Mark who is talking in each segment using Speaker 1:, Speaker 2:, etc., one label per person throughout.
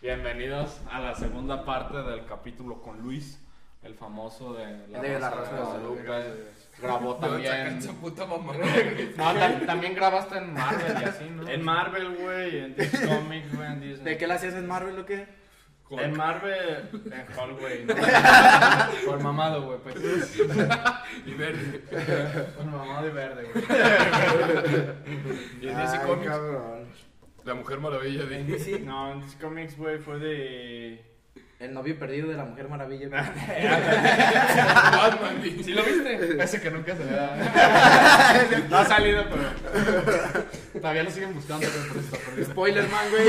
Speaker 1: bienvenidos a la segunda parte del capítulo con Luis, el famoso de
Speaker 2: El de la Rosa de
Speaker 1: Guadalupe. Grabó también.
Speaker 3: Su puta mamá.
Speaker 1: No, tam- también grabaste en Marvel y así, ¿no? En Marvel, güey, en Disney Comics, güey, en Disney.
Speaker 2: ¿De qué la hacías en Marvel o qué?
Speaker 1: En Marvel, en Hulk, güey. ¿no? Por mamado, güey, pues.
Speaker 3: Y verde.
Speaker 1: Por mamado y verde, güey.
Speaker 3: Y en DC Comics.
Speaker 2: cabrón.
Speaker 3: La Mujer Maravilla
Speaker 2: En
Speaker 3: de.
Speaker 2: DC,
Speaker 1: No, en DC Comics, güey, fue de.
Speaker 2: el novio perdido de la Mujer Maravilla.
Speaker 3: Batman. di.
Speaker 1: ¿Sí lo viste? Ese que nunca se da. No ha salido, pero. Todavía lo siguen buscando, güey, por esto, por esto.
Speaker 2: Spoiler man, güey.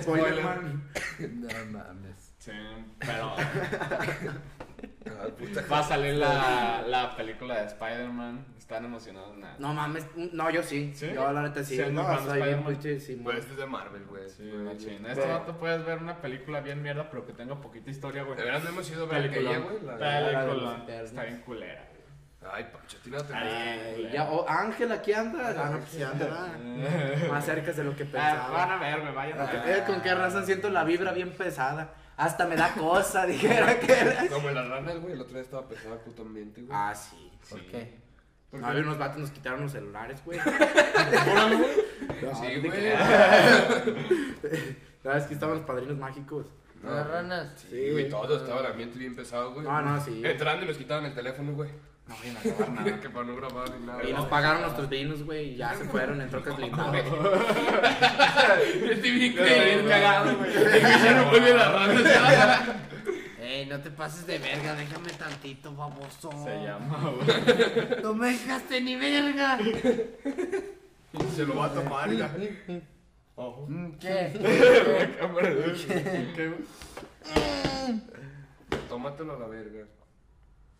Speaker 2: Spoiler man.
Speaker 3: No mames.
Speaker 1: Sí, pero
Speaker 3: Ah, puta.
Speaker 1: va a salir la, la película de Spider-Man. ¿Están emocionados? Nada.
Speaker 2: No mames, no, yo sí.
Speaker 1: ¿Sí?
Speaker 2: Yo la neta sí.
Speaker 1: Sí,
Speaker 2: no, Pues,
Speaker 1: no,
Speaker 2: soy bien
Speaker 1: Spider-Man.
Speaker 2: pinche sí,
Speaker 3: Güey,
Speaker 2: man.
Speaker 3: este es de Marvel, güey.
Speaker 1: Sí, machín. Este vato puedes ver una película bien mierda, pero que tenga poquita historia, güey.
Speaker 3: De veras no hemos ido a ver aquella,
Speaker 1: Peliculón.
Speaker 3: güey. La...
Speaker 2: Pe- de los
Speaker 1: Peliculón.
Speaker 2: internos.
Speaker 1: Está bien culera.
Speaker 3: Ay, Pancho, tírate.
Speaker 2: Ay, ya, oh, Ángel, aquí anda. Ah, no, pues sí anda. Más cerca de lo que
Speaker 1: Ah, van
Speaker 2: pensaba.
Speaker 1: a ver, güey, vayan a
Speaker 2: Eh,
Speaker 1: ver.
Speaker 2: con qué razón siento la vibra bien pesada. Hasta me da cosa, dijera que era.
Speaker 3: Como las ranas, güey. El otro día estaba pesada putamente, güey.
Speaker 2: Ah, sí.
Speaker 1: Sí.
Speaker 3: ¿Por
Speaker 2: No,
Speaker 3: qué?
Speaker 2: había unos vatos nos quitaron los celulares, güey. No, no
Speaker 3: sí,
Speaker 2: te
Speaker 3: güey.
Speaker 2: creas. Sabes que estaban los padrinos mágicos.
Speaker 3: No,
Speaker 4: Las ranas.
Speaker 3: Sí, güey. Todo estaba el ambiente bien pesado, güey.
Speaker 2: No, no, sí.
Speaker 3: Entrando y nos quitaban el teléfono, güey.
Speaker 1: No vayan a grabar nada.
Speaker 3: Que para no grabar ni nada.
Speaker 2: Y nos pagaron nuestros vinos, güey, y ya se fueron en trocas blindadas.
Speaker 3: Este bien
Speaker 1: Bien cagado, güey.
Speaker 3: no vuelve la rana.
Speaker 4: Ey, no te pases de verga, déjame tantito, baboso.
Speaker 1: Se llama, güey.
Speaker 4: No me dejaste ni verga.
Speaker 3: Se lo va a tomar, ya.
Speaker 1: Mm,
Speaker 4: ¿Qué?
Speaker 1: ¿Qué, güey?
Speaker 3: Tómatelo a la verga.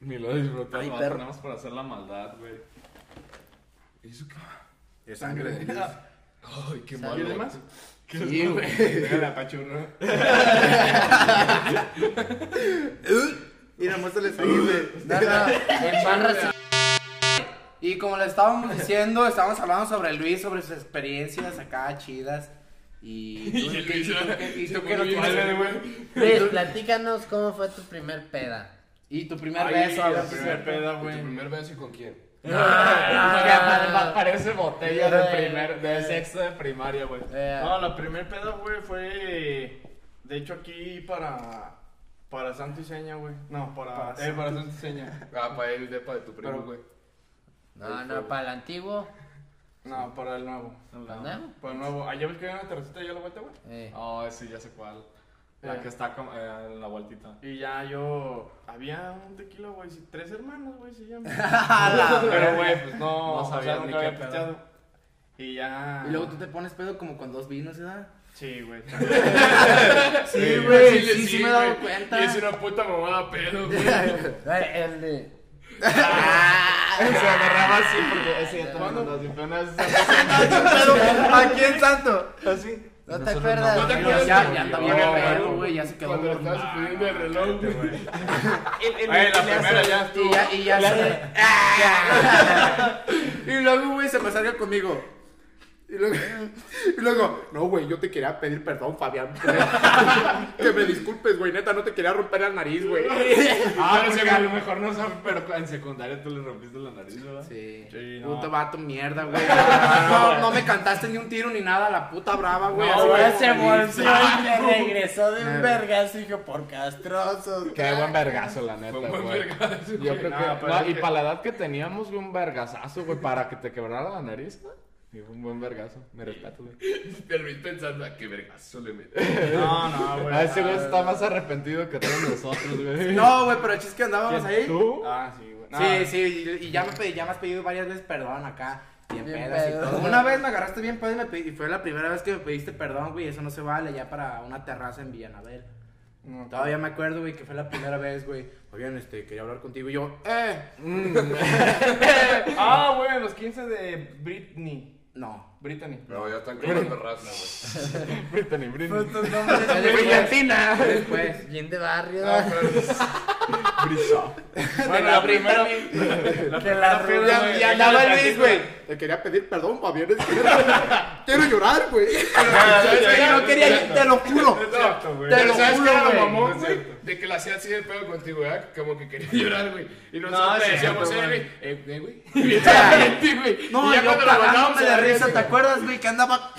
Speaker 1: Ni lo disfrutas,
Speaker 2: Ay,
Speaker 1: no
Speaker 2: perro.
Speaker 1: tenemos por hacer la maldad, güey.
Speaker 3: ¿Eso qué?
Speaker 2: De sangre.
Speaker 3: Ay, qué malo.
Speaker 1: ¿Quieres más?
Speaker 2: Sí, güey.
Speaker 1: Déjale a Pacho uno.
Speaker 2: Mira, muéstrales ahí, güey. Nada, en barra- Y como le estábamos diciendo, estábamos hablando sobre Luis, sobre sus experiencias acá chidas. Y tú,
Speaker 3: Y el
Speaker 2: ¿qué-
Speaker 3: Luis
Speaker 2: y tú
Speaker 3: era-
Speaker 2: qué- y tú qué
Speaker 3: se fue
Speaker 2: no
Speaker 3: muy
Speaker 2: tienes-
Speaker 3: bien,
Speaker 4: Luis, platícanos cómo fue tu primer peda.
Speaker 2: Y tu primer
Speaker 1: Ay,
Speaker 2: beso,
Speaker 1: la
Speaker 2: a ver si
Speaker 1: primera
Speaker 2: es cierto.
Speaker 1: peda,
Speaker 3: ¿Y
Speaker 1: güey.
Speaker 3: ¿Tu primer beso y con quién?
Speaker 1: Ah, Parece botella de
Speaker 4: Eh,
Speaker 1: primer, de
Speaker 4: eh.
Speaker 1: sexto de primaria, güey.
Speaker 4: Eh.
Speaker 2: Ah,
Speaker 1: No, la primer peda, güey, fue de hecho aquí para para Santo y Seña, güey. No, para eh, para Santo y Seña.
Speaker 3: Ah, para el depa de tu primo,
Speaker 1: Pero-
Speaker 3: güey.
Speaker 4: No, no, para el antiguo.
Speaker 1: No, para el nuevo.
Speaker 4: nuevo?
Speaker 1: Para el
Speaker 5: Ah,
Speaker 1: nuevo. Allá ves que hay una terracita allá a la vuelta, güey.
Speaker 4: Eh.
Speaker 1: Oh, sí, ya sé cuál. La
Speaker 5: Eh.
Speaker 1: que está como, eh, en la vueltita.
Speaker 5: Y ya yo. Había un tequila, güey. sí, Tres hermanos, güey, se llama.
Speaker 2: Ah,
Speaker 1: Pero, güey, pues
Speaker 5: No,
Speaker 1: no,
Speaker 5: o sea,
Speaker 1: sabía
Speaker 5: nunca
Speaker 1: ni qué
Speaker 5: había pisteado.
Speaker 1: pedo.
Speaker 5: Y ya.
Speaker 2: Y luego tú te pones pedo como con dos vinos, ¿verdad?
Speaker 5: Sí, güey.
Speaker 2: Sí, güey,
Speaker 3: le-
Speaker 2: sí, sí me he dado
Speaker 3: güey.
Speaker 2: cuenta.
Speaker 3: Es una puta mamada pedo, güey.
Speaker 4: Eh, El de.
Speaker 2: Ah,
Speaker 1: Se agarraba así porque ese ya
Speaker 4: ¿Cuándo?
Speaker 1: tomando así, pero una vez
Speaker 2: Aquí en Santo.
Speaker 4: ¿No te acuerdas?
Speaker 3: ¿No te
Speaker 2: Ya,
Speaker 3: acuerdas?
Speaker 2: ya, ya está bien
Speaker 1: No,
Speaker 2: pedo,
Speaker 1: güey.
Speaker 2: güey, ya se quedó
Speaker 3: Cuando le estabas
Speaker 2: dormido.
Speaker 3: subiendo el reloj, güey.
Speaker 1: Oye, la primera ya
Speaker 2: Y
Speaker 1: estuvo.
Speaker 2: ya, y ya se... y luego, güey, se me salió conmigo. Y luego, y luego, no, güey, yo te quería pedir perdón, Fabián. que me disculpes, güey, neta, no te quería romper la nariz, güey.
Speaker 1: Ah, pero se- a lo mejor no sabe, pero en secundaria tú le rompiste la nariz, ¿verdad?
Speaker 2: Sí.
Speaker 1: Sí, no.
Speaker 2: Puto vato, mierda, güey. No, no me cantaste ni un tiro ni nada, la puta brava, güey. Así,
Speaker 4: Ahora se
Speaker 2: güey.
Speaker 4: volvió y le regresó de
Speaker 2: Ah.
Speaker 4: un vergazo, hijo, por castrosos.
Speaker 1: Qué buen vergazo, la neta,
Speaker 3: Fue un buen
Speaker 1: güey.
Speaker 3: vergazo,
Speaker 1: Yo creo que.
Speaker 5: No, pero
Speaker 1: no,
Speaker 5: es
Speaker 1: y
Speaker 5: que-
Speaker 1: para la edad que teníamos, güey, un vergazazo, güey, para que te quebrara la nariz, ¿no? Sí, fue un buen vergazo. Me respeto, güey.
Speaker 3: El Luis pensando, ah, qué vergazo le metí.
Speaker 5: No, no, güey.
Speaker 1: Ah, ese güey está más arrepentido que todos nosotros, güey.
Speaker 2: No, güey, pero el chiste es que andábamos
Speaker 1: ¿Quién?
Speaker 2: ahí.
Speaker 1: ¿Tú?
Speaker 5: Ah, sí, güey. No,
Speaker 2: Sí, sí, y, y ya, me pedí- ya me has pedido varias veces perdón acá. Bien,
Speaker 4: Bien
Speaker 2: pedas y
Speaker 4: pedo.
Speaker 2: todo. Una vez me agarraste bien pedo y, me pedí- y fue la primera vez que me pediste perdón, güey. Eso no se vale ya para una terraza en Villanabel.
Speaker 5: No.
Speaker 2: Todavía me acuerdo, güey, que fue la primera vez, güey. Oigan, este, quería hablar contigo. Y yo, eh.
Speaker 5: Ah, güey, los 15 de Britney.
Speaker 6: No.
Speaker 1: Brittany.
Speaker 3: No, ya están cobrando raza, güey.
Speaker 2: Brittany, Brittany.
Speaker 4: Estos nombres
Speaker 6: Ya
Speaker 4: güey,
Speaker 6: Brillantina.
Speaker 4: Pues, bien de barrio.
Speaker 3: Ah, pero
Speaker 2: Bueno, la primera. La
Speaker 4: Que
Speaker 2: primera
Speaker 4: la
Speaker 2: peda,
Speaker 4: rubia
Speaker 2: güey,
Speaker 6: Ya
Speaker 2: ella
Speaker 6: andaba
Speaker 2: le
Speaker 6: Luis,
Speaker 2: platica-
Speaker 6: güey. Te quería pedir perdón, Fabián. es que- Quiero llorar, güey.
Speaker 4: Yo no quería ir, te lo juro.
Speaker 2: Es cierto, güey.
Speaker 4: Te lo
Speaker 3: ¿Sabes qué
Speaker 4: juro,
Speaker 3: era lo
Speaker 4: güey.
Speaker 2: No
Speaker 3: mamón,
Speaker 2: es
Speaker 3: güey?
Speaker 2: cierto.
Speaker 3: De que la hacía así de pedo contigo, ¿verdad? Como que quería llorar, güey. Y
Speaker 1: No,
Speaker 3: nosotros
Speaker 1: es
Speaker 3: le decíamos,
Speaker 1: cierto,
Speaker 3: eh,
Speaker 1: güey.
Speaker 3: güey. Eh, eh, güey. Y bien caliente, güey.
Speaker 4: No,
Speaker 3: Y ya
Speaker 4: yo
Speaker 3: cuando lo
Speaker 4: cagándome
Speaker 3: bajábamos
Speaker 4: de
Speaker 3: a la
Speaker 4: risa, ¿te
Speaker 3: güey.
Speaker 4: acuerdas, güey? Que andaba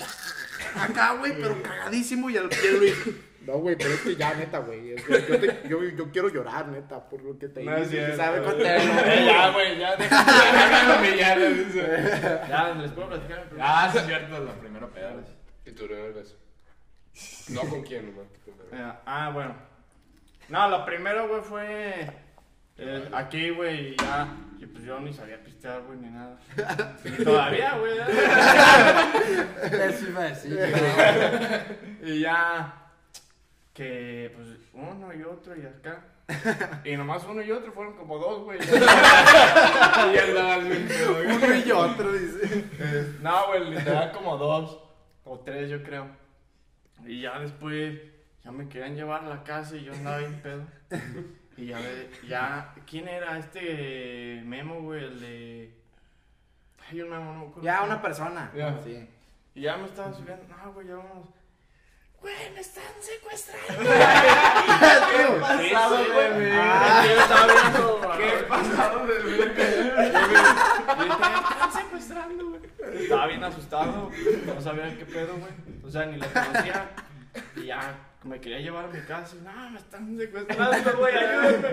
Speaker 4: acá, güey, pero cagadísimo y al pie Luis.
Speaker 6: No, güey, pero es que ya, neta, güey. es que Yo, te- yo, yo quiero llorar, neta, por lo que te
Speaker 2: No es
Speaker 6: hice.
Speaker 2: cierto.
Speaker 6: ¿Sabe cuánto?
Speaker 3: Eh, Ya, güey, ya. Déjame humillarla, dice.
Speaker 1: Ya, les puedo platicar. el primero?
Speaker 3: Ah, sí, es cierto, la primera peda. güey. Y tu primer beso. No con quién, nomás. tu primer beso.
Speaker 2: Eh, ah, bueno. No, la primera, güey, fue. eh, aquí, güey, y ya. Y pues yo ni sabía pistear, güey, ni nada. Y todavía, güey. ¿eh? ya.
Speaker 4: Eso iba a decir.
Speaker 2: Y ya. Que, pues, uno y otro y acá. Y nomás uno y otro fueron como dos, güey.
Speaker 3: Y ya andabas bien pedo, güey.
Speaker 6: Uno y yo, otro, dice.
Speaker 2: Eh, No, güey, literal como dos o tres, yo creo. Y ya después, ya me querían llevar a la casa y yo andaba bien pedo. Y ya, ve- ya, ¿quién era este memo, güey? El de. Hay un memo, no me acuerdo.
Speaker 4: Ya, una persona.
Speaker 2: Ya.
Speaker 4: Sí.
Speaker 2: Y ya me estaba subiendo, no, güey, ya vamos. Güey, me están secuestrando.
Speaker 4: Tío,
Speaker 2: Pasado, güey.
Speaker 4: Ah.
Speaker 2: Yo estaba viendo, Qué pasado de Están secuestrando, güey. Estaba bien asustado. No sabía qué pedo, güey. O sea, ni los conocía. Y ya me quería llevar a mi casa. y, No, me están secuestrando, güey. Ayúdenme.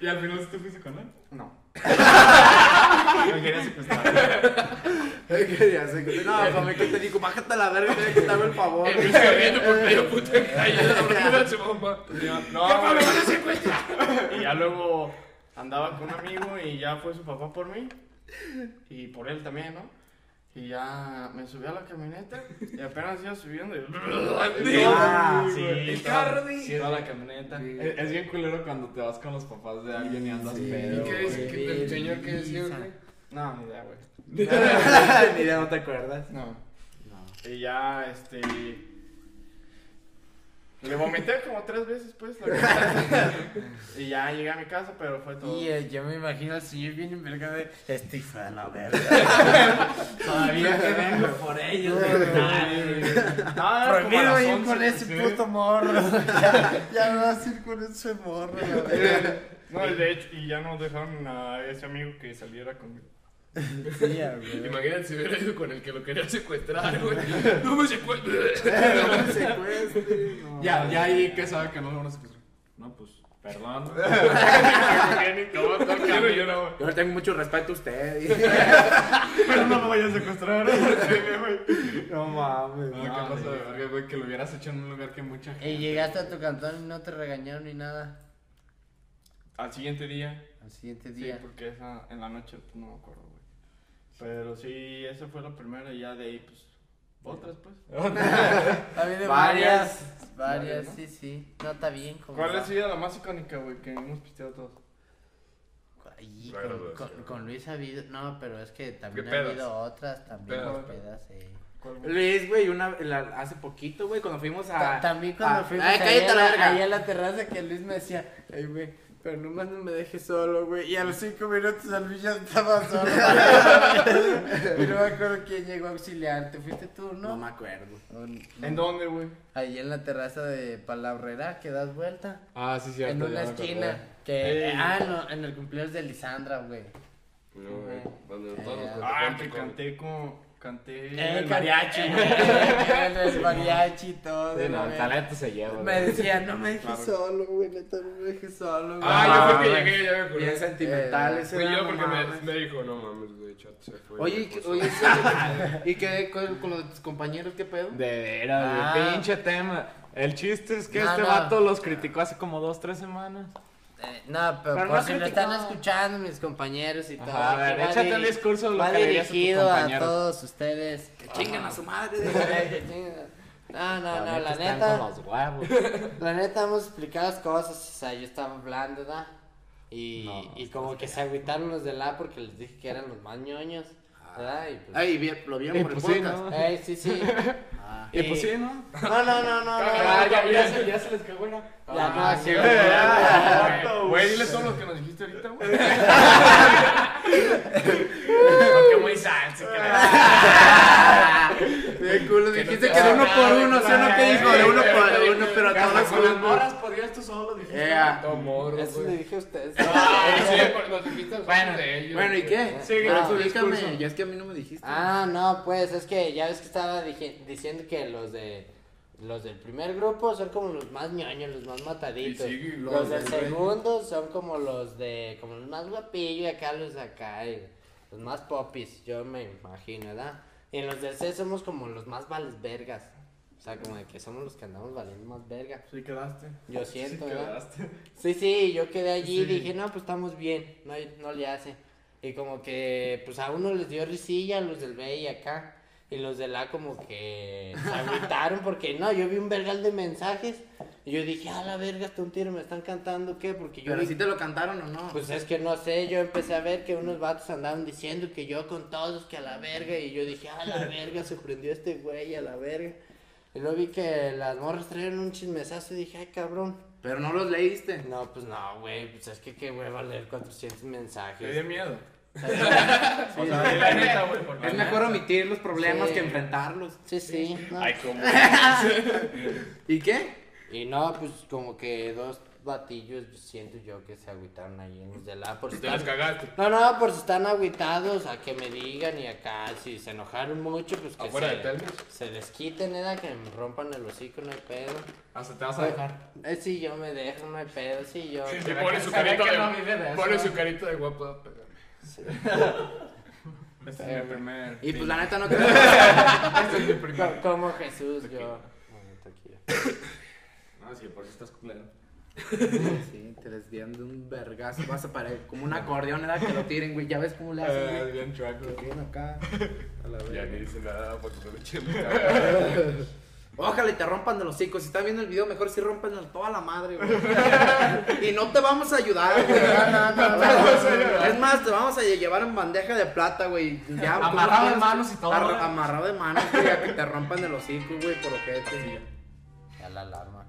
Speaker 1: ¿Y al final sí te fuiste con él?
Speaker 2: No. Me quería secuestrar.
Speaker 6: Quería hacer que- No,
Speaker 4: No, como que te digo, bájate a la verga, tienes que darme el favor.
Speaker 3: El Luis corriendo por medio puta calle. La verdad, su mamá.
Speaker 2: No,
Speaker 3: Papá, me
Speaker 2: güey.
Speaker 3: van a secuestrar.
Speaker 2: Y ya luego andaba con un amigo y ya fue su papá por mí. Y por él también, ¿no? Y ya me subí a la camioneta y apenas iba subiendo. Y...
Speaker 4: Ah,
Speaker 2: sí,
Speaker 1: El
Speaker 2: toda-
Speaker 1: carro, güey.
Speaker 2: sí, toda la camioneta.
Speaker 1: Es, es bien culero cuando te vas con los papás de alguien y andas pedo.
Speaker 3: ¿Y qué es?
Speaker 1: güey.
Speaker 3: ¿Qué el señor qué decía, güey?
Speaker 2: No, ni idea, güey.
Speaker 4: Ni idea, no te acuerdas.
Speaker 2: No. Y ya, este. Le vomité como tres veces, pues. La camioneta. y ya llegué a mi casa, pero fue todo.
Speaker 4: Y eh, yo me imagino al señor bien en verga de estoy fue a la verga. Todavía que vengo por ellos. Ah,
Speaker 2: No, era Ah, como a
Speaker 4: Prohibido
Speaker 2: las
Speaker 4: ir
Speaker 2: 11,
Speaker 4: con ese
Speaker 2: sí.
Speaker 4: puto morro. Ya, ya no vas a ir con ese morro. la verga.
Speaker 2: No, y de hecho, y ya nos dejaron a ese amigo que saliera conmigo.
Speaker 4: Sí, ya, güey.
Speaker 3: Imagínate si hubiera ido con el que lo quería secuestrar, güey. No me secuestres.
Speaker 1: Ya, ya ahí que sabe que no lo van a secuestrar. No, pues, perdón.
Speaker 3: No, no, no, yo no.
Speaker 6: Yo le tengo mucho respeto a usted.
Speaker 1: Pero no lo vayas a secuestrar.
Speaker 6: No mames.
Speaker 1: No, qué pasa de verga, güey, que lo hubieras hecho en un lugar que mucha gente.
Speaker 4: Y llegaste a tu cantón y no te regañaron ni nada.
Speaker 2: Al siguiente día.
Speaker 4: Al siguiente
Speaker 2: Sí,
Speaker 4: día.
Speaker 2: porque esa, en la noche pues, no me acuerdo, güey. Pero sí, esa fue la primera y ya de ahí, pues, otras, pues.
Speaker 4: Ha habido
Speaker 6: Varias.
Speaker 4: Varias,
Speaker 2: Varias, ¿no?
Speaker 4: sí, sí. No está bien. Como
Speaker 2: ¿Cuál ha sido la más icónica, güey, que hemos pisteado todos?
Speaker 4: Ahí,
Speaker 3: Claro,
Speaker 4: con,
Speaker 3: güey,
Speaker 4: con-
Speaker 3: sí.
Speaker 4: con Luis ha habido. No, pero es que también
Speaker 3: ¿Qué
Speaker 4: ha
Speaker 3: pedas?
Speaker 4: habido otras también.
Speaker 3: Pedas.
Speaker 4: las pedas, eh.
Speaker 2: ¿Cuál, güey?
Speaker 6: Luis, güey, una, la- hace poquito, güey, cuando fuimos a.
Speaker 4: Ta- También cuando
Speaker 6: a-
Speaker 4: fuimos
Speaker 6: Ay,
Speaker 4: ahí,
Speaker 6: cállate
Speaker 4: a
Speaker 6: la
Speaker 4: la,
Speaker 6: verga.
Speaker 4: ahí a la terraza que Luis me decía, ay, güey, pero nomás no me dejes solo, güey. Y a los cinco minutos el Luis ya estaba solo. y no me acuerdo quién llegó a auxiliar. ¿Te fuiste tú,
Speaker 6: No
Speaker 4: no?
Speaker 6: me acuerdo.
Speaker 4: O- no.
Speaker 2: ¿En dónde, güey?
Speaker 4: Ahí en la terraza de Palabrera que das vuelta.
Speaker 1: Ah, sí, cierto.
Speaker 4: en
Speaker 1: ya
Speaker 4: una
Speaker 1: me acordé.
Speaker 4: esquina. Que,
Speaker 2: Ey.
Speaker 4: ah, no, en el cumpleaños de Lisandra, güey.
Speaker 3: No, Pues güey. Cuando todos
Speaker 4: Eh,
Speaker 3: nos
Speaker 2: Ah,
Speaker 3: tocó
Speaker 2: que
Speaker 3: con-
Speaker 2: canté con... Canté...
Speaker 4: Eh,
Speaker 2: el
Speaker 4: can-
Speaker 2: mariachi,
Speaker 4: eh,
Speaker 2: güey.
Speaker 4: eh, El mariachi y todo.
Speaker 1: Sí,
Speaker 4: de la
Speaker 1: no, el
Speaker 4: verga.
Speaker 1: talento se lleva.
Speaker 4: Me
Speaker 1: güey.
Speaker 4: decía, no me dejes solo, güey, neta, no me dejes solo, güey.
Speaker 3: Ah, yo fue que
Speaker 6: Ah,
Speaker 3: llegué, ya me acordé.
Speaker 6: Bien sentimental
Speaker 4: Eh,
Speaker 6: ese.
Speaker 3: Fui
Speaker 6: era,
Speaker 3: yo
Speaker 6: no
Speaker 3: porque me,
Speaker 6: mames.
Speaker 3: me dijo, no mames, güey, chat se fue.
Speaker 4: Oye,
Speaker 3: güey,
Speaker 4: ¿y qué-
Speaker 3: pues,
Speaker 4: oye,
Speaker 3: sí.
Speaker 4: sí, ¿y qué con, con los de tus compañeros? ¿Qué pedo?
Speaker 1: De veras, güey,
Speaker 4: Ah.
Speaker 1: pinche tema. El chiste es que
Speaker 4: No,
Speaker 1: este
Speaker 4: no.
Speaker 1: vato los criticó hace como dos, tres semanas.
Speaker 4: Eh, no, pero,
Speaker 1: Pero
Speaker 4: por
Speaker 1: no
Speaker 4: si me
Speaker 1: criticó.
Speaker 4: están escuchando mis compañeros y
Speaker 1: Ajá,
Speaker 4: todo.
Speaker 1: a ver,
Speaker 4: que va
Speaker 1: échate
Speaker 4: diri-
Speaker 1: el discurso de lo
Speaker 4: va
Speaker 1: que dirías a tu
Speaker 4: dirigido a,
Speaker 1: compañero.
Speaker 4: todos ustedes.
Speaker 6: Que Chingan a su madre.
Speaker 4: No, no, no, la
Speaker 1: están
Speaker 4: neta,
Speaker 1: con los huevos.
Speaker 4: la neta hemos explicado las cosas, o sea, yo estaba hablando, ¿verdad? Y,
Speaker 1: No, no,
Speaker 4: y como que se agüitaron los de la porque les dije que eran los más ñoños.
Speaker 1: Ah.
Speaker 4: Ay, pues.
Speaker 2: Ay, vi- lo vieron
Speaker 1: Eh,
Speaker 2: por el
Speaker 1: pues sí,
Speaker 2: podcast.
Speaker 1: ¿no?
Speaker 4: Ay, sí, sí.
Speaker 2: Ah.
Speaker 1: Eh, pues sí, ¿no?
Speaker 4: No, no, no, no.
Speaker 7: Ah,
Speaker 4: no.
Speaker 7: ya, ya se, ya se les cagó
Speaker 4: Ya
Speaker 7: la.
Speaker 4: no,
Speaker 7: Ah,
Speaker 4: así,
Speaker 7: güey,
Speaker 4: güey.
Speaker 7: ya, güey. Güey, dile todos los que nos dijiste ahorita, güey. Porque muy salsa, que la-
Speaker 2: Bien culo,
Speaker 7: Que no
Speaker 2: dijiste
Speaker 7: te-
Speaker 2: que de uno
Speaker 7: Ah,
Speaker 2: por
Speaker 7: güey,
Speaker 2: uno, ¿sí o no?
Speaker 7: claro,
Speaker 2: ¿Qué dijo? De
Speaker 7: güey,
Speaker 2: uno por
Speaker 7: güey,
Speaker 2: uno,
Speaker 7: güey,
Speaker 2: pero a
Speaker 7: güey,
Speaker 2: todas
Speaker 7: Con las
Speaker 2: con
Speaker 7: morras podrías tú solo, dijiste.
Speaker 2: Ea.
Speaker 3: Todo morro,
Speaker 4: Eso le
Speaker 3: güey.
Speaker 4: dije a ustedes.
Speaker 3: Ah, sí, pero nos dijiste a nosotros
Speaker 7: Bueno,
Speaker 3: de ellos,
Speaker 2: Bueno, ¿y
Speaker 3: güey.
Speaker 2: qué?
Speaker 7: Sí,
Speaker 2: Pero
Speaker 4: no,
Speaker 2: tú
Speaker 7: discurso.
Speaker 2: dígame, ya es que a mí no me dijiste.
Speaker 4: Ah, no, pues es que ya ves que estaba dije- diciendo que los de los del primer grupo son como los más ñoños, los más mataditos.
Speaker 3: Y sí,
Speaker 4: los,
Speaker 2: los
Speaker 4: del
Speaker 2: del-
Speaker 4: segundo son como los de como los más guapillos y acá los de acá y los más popis, yo me imagino, ¿verdad? Y en los del C somos como los más vales vergas. O sea, como de que somos los que andamos valiendo más verga.
Speaker 7: Sí, quedaste.
Speaker 4: Yo siento,
Speaker 1: Sí,
Speaker 4: ¿verdad?
Speaker 1: quedaste.
Speaker 4: Sí, sí, yo quedé allí y dije, no, pues estamos bien, no, hay- no le hace. Y como que, pues a uno les dio risilla, a los del B y acá. Y los del A como que se agüitaron porque no, yo vi un vergal de mensajes. Y yo dije, a la verga, hasta un tiro me están cantando, ¿qué? Porque yo
Speaker 2: Pero
Speaker 4: vi-
Speaker 2: si te lo cantaron o no.
Speaker 4: Pues es que no sé, yo empecé a ver que unos vatos andaban diciendo que yo con todos, que a la verga, y yo dije, a la verga, se prendió este güey, a la verga. Y luego vi que las morras traían un chismesazo y dije, ay cabrón,
Speaker 2: Pero no los leíste.
Speaker 4: no, pues no, güey, pues es que qué hueva leer 400
Speaker 7: Te dio
Speaker 4: mensajes.
Speaker 7: miedo. O sea, di la neta, güey, porque-
Speaker 2: Es mejor omitir los problemas
Speaker 4: Sí.
Speaker 2: que enfrentarlos.
Speaker 4: Sí, sí, no.
Speaker 3: Ay, cómo.
Speaker 2: ¿Y qué?
Speaker 4: Y no, pues como que dos batillos pues, siento yo que se agüitaron ahí en los de la por si
Speaker 3: Te las
Speaker 4: están-
Speaker 3: cagaste.
Speaker 4: No, no, por si están agüitados, a que me digan y acá, si se enojaron mucho, pues que
Speaker 3: Afuera
Speaker 4: se,
Speaker 3: de Telmex.
Speaker 4: se les quiten, ¿eh? que me rompan el hocico, no hay pedo.
Speaker 1: Hasta te vas a dejar.
Speaker 4: Eh, sí, yo me dejo, no hay pedo, sí, yo.
Speaker 3: Y pone su
Speaker 1: Se ve
Speaker 3: carita
Speaker 1: que no vive
Speaker 3: de.
Speaker 1: de
Speaker 3: Pone
Speaker 1: eso.
Speaker 3: su carita de guapa. pégame.
Speaker 7: Este es mi primer.
Speaker 2: Y pues la neta no
Speaker 3: Este es mi primer.
Speaker 4: Co- Como Jesús, yo. Bueno, tranquilo.
Speaker 1: No, sí, por eso estás culero.
Speaker 2: Sí, te desvían de un vergazo. Vas a parar como un acordeón, era que lo tiren, güey. Ya ves cómo le
Speaker 3: Ah,
Speaker 2: hacen,
Speaker 7: Ah,
Speaker 2: güey.
Speaker 1: bien chueco.
Speaker 2: Que queden acá. A la
Speaker 3: Ya ni
Speaker 2: verga.
Speaker 3: dice nada porque no le eché mi
Speaker 2: Ojalá y te rompan de los hocico. Si están viendo el video, mejor si rompan toda la madre, güey. y no te vamos a ayudar, güey. Es más, te vamos a llevar en bandeja de plata, güey. Ya, tú
Speaker 1: Amarrado
Speaker 2: no
Speaker 1: de
Speaker 2: tienes-
Speaker 1: manos y todo,
Speaker 2: Ar-
Speaker 1: güey.
Speaker 2: Amarrado de manos, güey. A que te rompan de los hocico, güey, por ojete.
Speaker 4: Ya la alarma.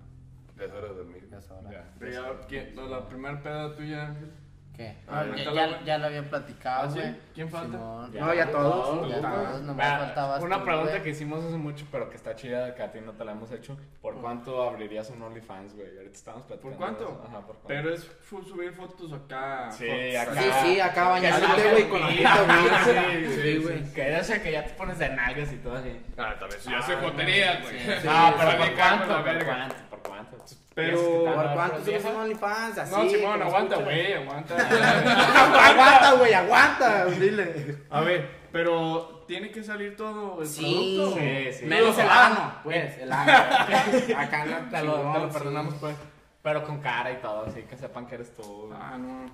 Speaker 3: Ya es hora de dormir.
Speaker 4: Ya es hora.
Speaker 3: Ya.
Speaker 7: Pero ya, ¿quién- la- La primer peda tuya, Ángel.
Speaker 4: ¿Qué?
Speaker 7: Ah,
Speaker 4: ya,
Speaker 7: ya-
Speaker 4: ya, ya lo había
Speaker 7: ¿Ah,
Speaker 4: platicado,
Speaker 7: sí?
Speaker 4: güey.
Speaker 7: ¿Quién falta?
Speaker 4: Simón.
Speaker 2: No, ya todos.
Speaker 4: Ya todos, nomás
Speaker 1: Va,
Speaker 4: faltabas
Speaker 1: una
Speaker 4: tú,
Speaker 1: pregunta
Speaker 4: güey.
Speaker 1: que hicimos hace mucho, pero que está chida, que a ti no te la hemos hecho. ¿Por cuánto abrirías un OnlyFans, güey? Ahorita estamos platicando.
Speaker 7: ¿Por
Speaker 1: de
Speaker 7: cuánto?
Speaker 1: eso. Ajá, ¿por cuánto?
Speaker 7: Pero es fu- subir fotos acá.
Speaker 1: Sí, acá.
Speaker 2: Sí, sí, acá bañándote,
Speaker 1: Ya
Speaker 2: güey, con la puta, güey.
Speaker 1: Sí,
Speaker 2: Sí,
Speaker 1: sí,
Speaker 2: güey.
Speaker 1: sí. Que, o sea, que ya te pones de nalgas y todo así.
Speaker 3: Ah, tal vez. Ya se jotería, güey.
Speaker 1: no, pero
Speaker 3: sí,
Speaker 1: ¿por
Speaker 3: sí,
Speaker 1: cuánto?
Speaker 3: la
Speaker 1: ¿Por
Speaker 3: verga.
Speaker 1: cuánto? ¿Por cuánto?
Speaker 7: Pero-
Speaker 2: ¿Por cuánto subes en
Speaker 1: No,
Speaker 2: OnlyFans? Así.
Speaker 7: No, Simón,
Speaker 2: como
Speaker 7: aguanta,
Speaker 2: escucha.
Speaker 7: güey, aguanta.
Speaker 2: aguanta, güey, aguanta. Dile.
Speaker 7: A ver, pero tiene que salir todo el producto.
Speaker 1: Sí, sí.
Speaker 2: Menos el ano, pues, el ano. Acá no
Speaker 1: ah, te lo, te lo
Speaker 2: sí.
Speaker 1: perdonamos, pues. Pero con cara y todo, así que sepan que eres tú. güey.
Speaker 7: Ah, no.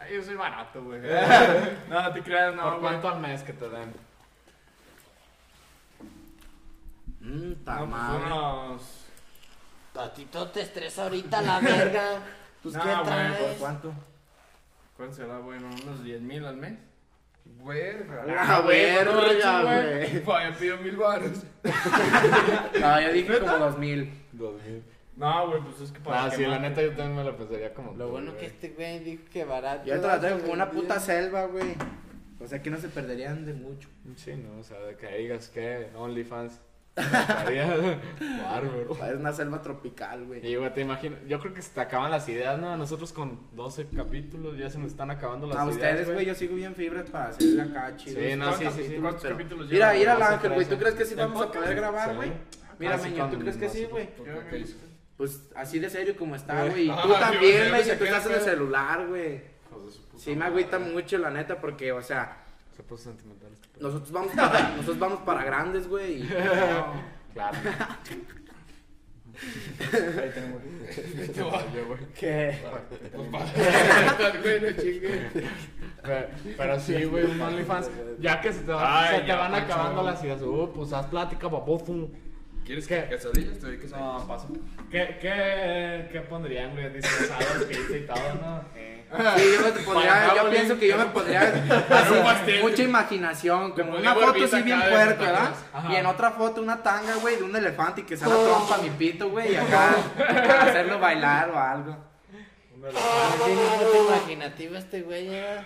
Speaker 7: Ay, yo soy barato, güey. no, te creas, no,
Speaker 1: ¿Por
Speaker 7: güey.
Speaker 1: cuánto al mes que te den?
Speaker 2: Mm,
Speaker 1: Ah,
Speaker 2: ta
Speaker 7: No, pues
Speaker 2: madre.
Speaker 7: unos.
Speaker 4: A ti todo te estresa ahorita la verga. Pues
Speaker 7: No,
Speaker 4: qué
Speaker 7: güey,
Speaker 4: traes.
Speaker 2: ¿Cuánto?
Speaker 7: ¿Cuánto será, bueno? ¿Unos 10 mil al mes?
Speaker 3: Verga.
Speaker 2: Ah, verga, güey.
Speaker 7: Pues,
Speaker 3: Vaya, pido mil baros.
Speaker 2: No, yo dije como dos mil.
Speaker 1: Dos mil.
Speaker 7: No, güey, pues es que para
Speaker 1: Ah, sí, la
Speaker 7: quemar.
Speaker 1: neta yo también me lo pensaría como.
Speaker 4: Lo
Speaker 1: tú,
Speaker 4: bueno que
Speaker 1: güey.
Speaker 4: este güey dijo que barato.
Speaker 2: Yo te la traigo
Speaker 4: hace
Speaker 2: como una
Speaker 4: buen
Speaker 2: puta
Speaker 4: día.
Speaker 2: selva, güey. O sea, que no se perderían de mucho.
Speaker 1: Sí, no, o sea, de que digas que OnlyFans. Estaría bárbaro.
Speaker 2: Es una selva tropical, güey.
Speaker 1: Y güey, te imagino, yo creo que se te acaban las ideas, ¿no? Nosotros con 12 capítulos ya se nos están acabando las
Speaker 2: A
Speaker 1: ideas.
Speaker 2: ustedes, güey, yo sigo bien fibras para hacer acá, chido.
Speaker 1: Sí, no, sí, sí, sí.
Speaker 7: ¿Cuántos capítulos
Speaker 2: Mira,
Speaker 7: llevan?
Speaker 2: mira al
Speaker 1: doce,
Speaker 2: ángel, güey. ¿Tú
Speaker 1: trece.
Speaker 2: crees que sí vamos a poder
Speaker 1: podcast?
Speaker 2: grabar,
Speaker 1: Sí.
Speaker 2: güey? Mira,
Speaker 1: Así
Speaker 2: meño, ¿tú
Speaker 1: con
Speaker 2: crees que sí,
Speaker 1: nosotros.
Speaker 2: güey?
Speaker 7: Yo creo que-
Speaker 2: Pues así de serio como está,
Speaker 1: Sí.
Speaker 2: güey. Y
Speaker 3: Ah,
Speaker 2: tú
Speaker 3: yo
Speaker 2: también,
Speaker 3: sé,
Speaker 2: güey,
Speaker 3: se
Speaker 2: si tú
Speaker 3: queda
Speaker 2: estás en el
Speaker 3: feo.
Speaker 2: celular, güey.
Speaker 1: Hijos de su puta
Speaker 2: Sí me
Speaker 1: madre.
Speaker 2: agüita mucho, la neta, porque, o sea,
Speaker 1: Se puso sentimental. este pedo.
Speaker 2: nosotros vamos para, nosotros vamos para grandes, güey. y-
Speaker 1: Claro. Ahí tengo, güey. Te va. Yo, güey.
Speaker 2: ¿Qué?
Speaker 3: Pues vaya. Güey, no chingue.
Speaker 1: Pero, pero sí, güey, un OnlyFans. Ya que se te, va-
Speaker 3: Ay,
Speaker 1: se te
Speaker 3: ya,
Speaker 1: van
Speaker 3: macho.
Speaker 1: acabando las ideas. Uh, pues haz plática, papofu.
Speaker 3: ¿Quieres
Speaker 1: ¿Qué?
Speaker 3: que quesadillas? Te doy quesadillas.
Speaker 1: No, paso. ¿Qué, qué, qué pondrían, güey? Disfrazados, pizza y todo, ¿no? Eh.
Speaker 2: Sí, yo, me te pondría, yo
Speaker 7: Halloween.
Speaker 2: pienso que yo me pondría
Speaker 1: Ah,
Speaker 2: así,
Speaker 7: un pastel.
Speaker 2: mucha imaginación. Como
Speaker 7: ponía
Speaker 2: una foto
Speaker 7: barbita
Speaker 2: así bien
Speaker 7: acá de
Speaker 2: puerca,
Speaker 7: Santa
Speaker 2: ¿verdad? Y en otra foto una tanga, güey, de un elefante y que sea la trompa mi pito, güey, y acá para hacerlo bailar o algo.
Speaker 4: Ah, Tiene un puto imaginativo este güey, ¿eh?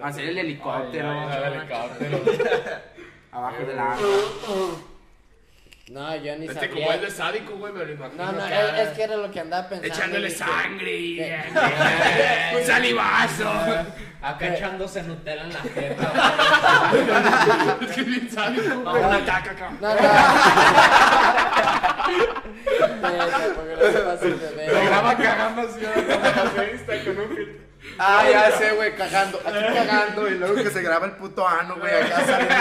Speaker 2: Hacer el helicóptero abajo del agua.
Speaker 4: No, yo ni
Speaker 3: Este como es
Speaker 4: sabía.
Speaker 3: de sádico, güey, me lo imagino.
Speaker 4: No, no, es,
Speaker 3: acá,
Speaker 4: es que era lo que andaba pensando.
Speaker 3: Echándole
Speaker 4: dije,
Speaker 3: sangre y.
Speaker 4: ¿qué?
Speaker 3: Un salivazo.
Speaker 8: Acá echándose Nutella en la jeta.
Speaker 3: Es que es bien sádico. güey.
Speaker 4: no.
Speaker 3: Una taca acá.
Speaker 4: No, no. Neta, porque no se pasa de ver.
Speaker 1: graba cagando así.
Speaker 2: Ah, ya sé, güey, cagando, aquí cagando, y luego que se graba el puto ano, güey, acá saliendo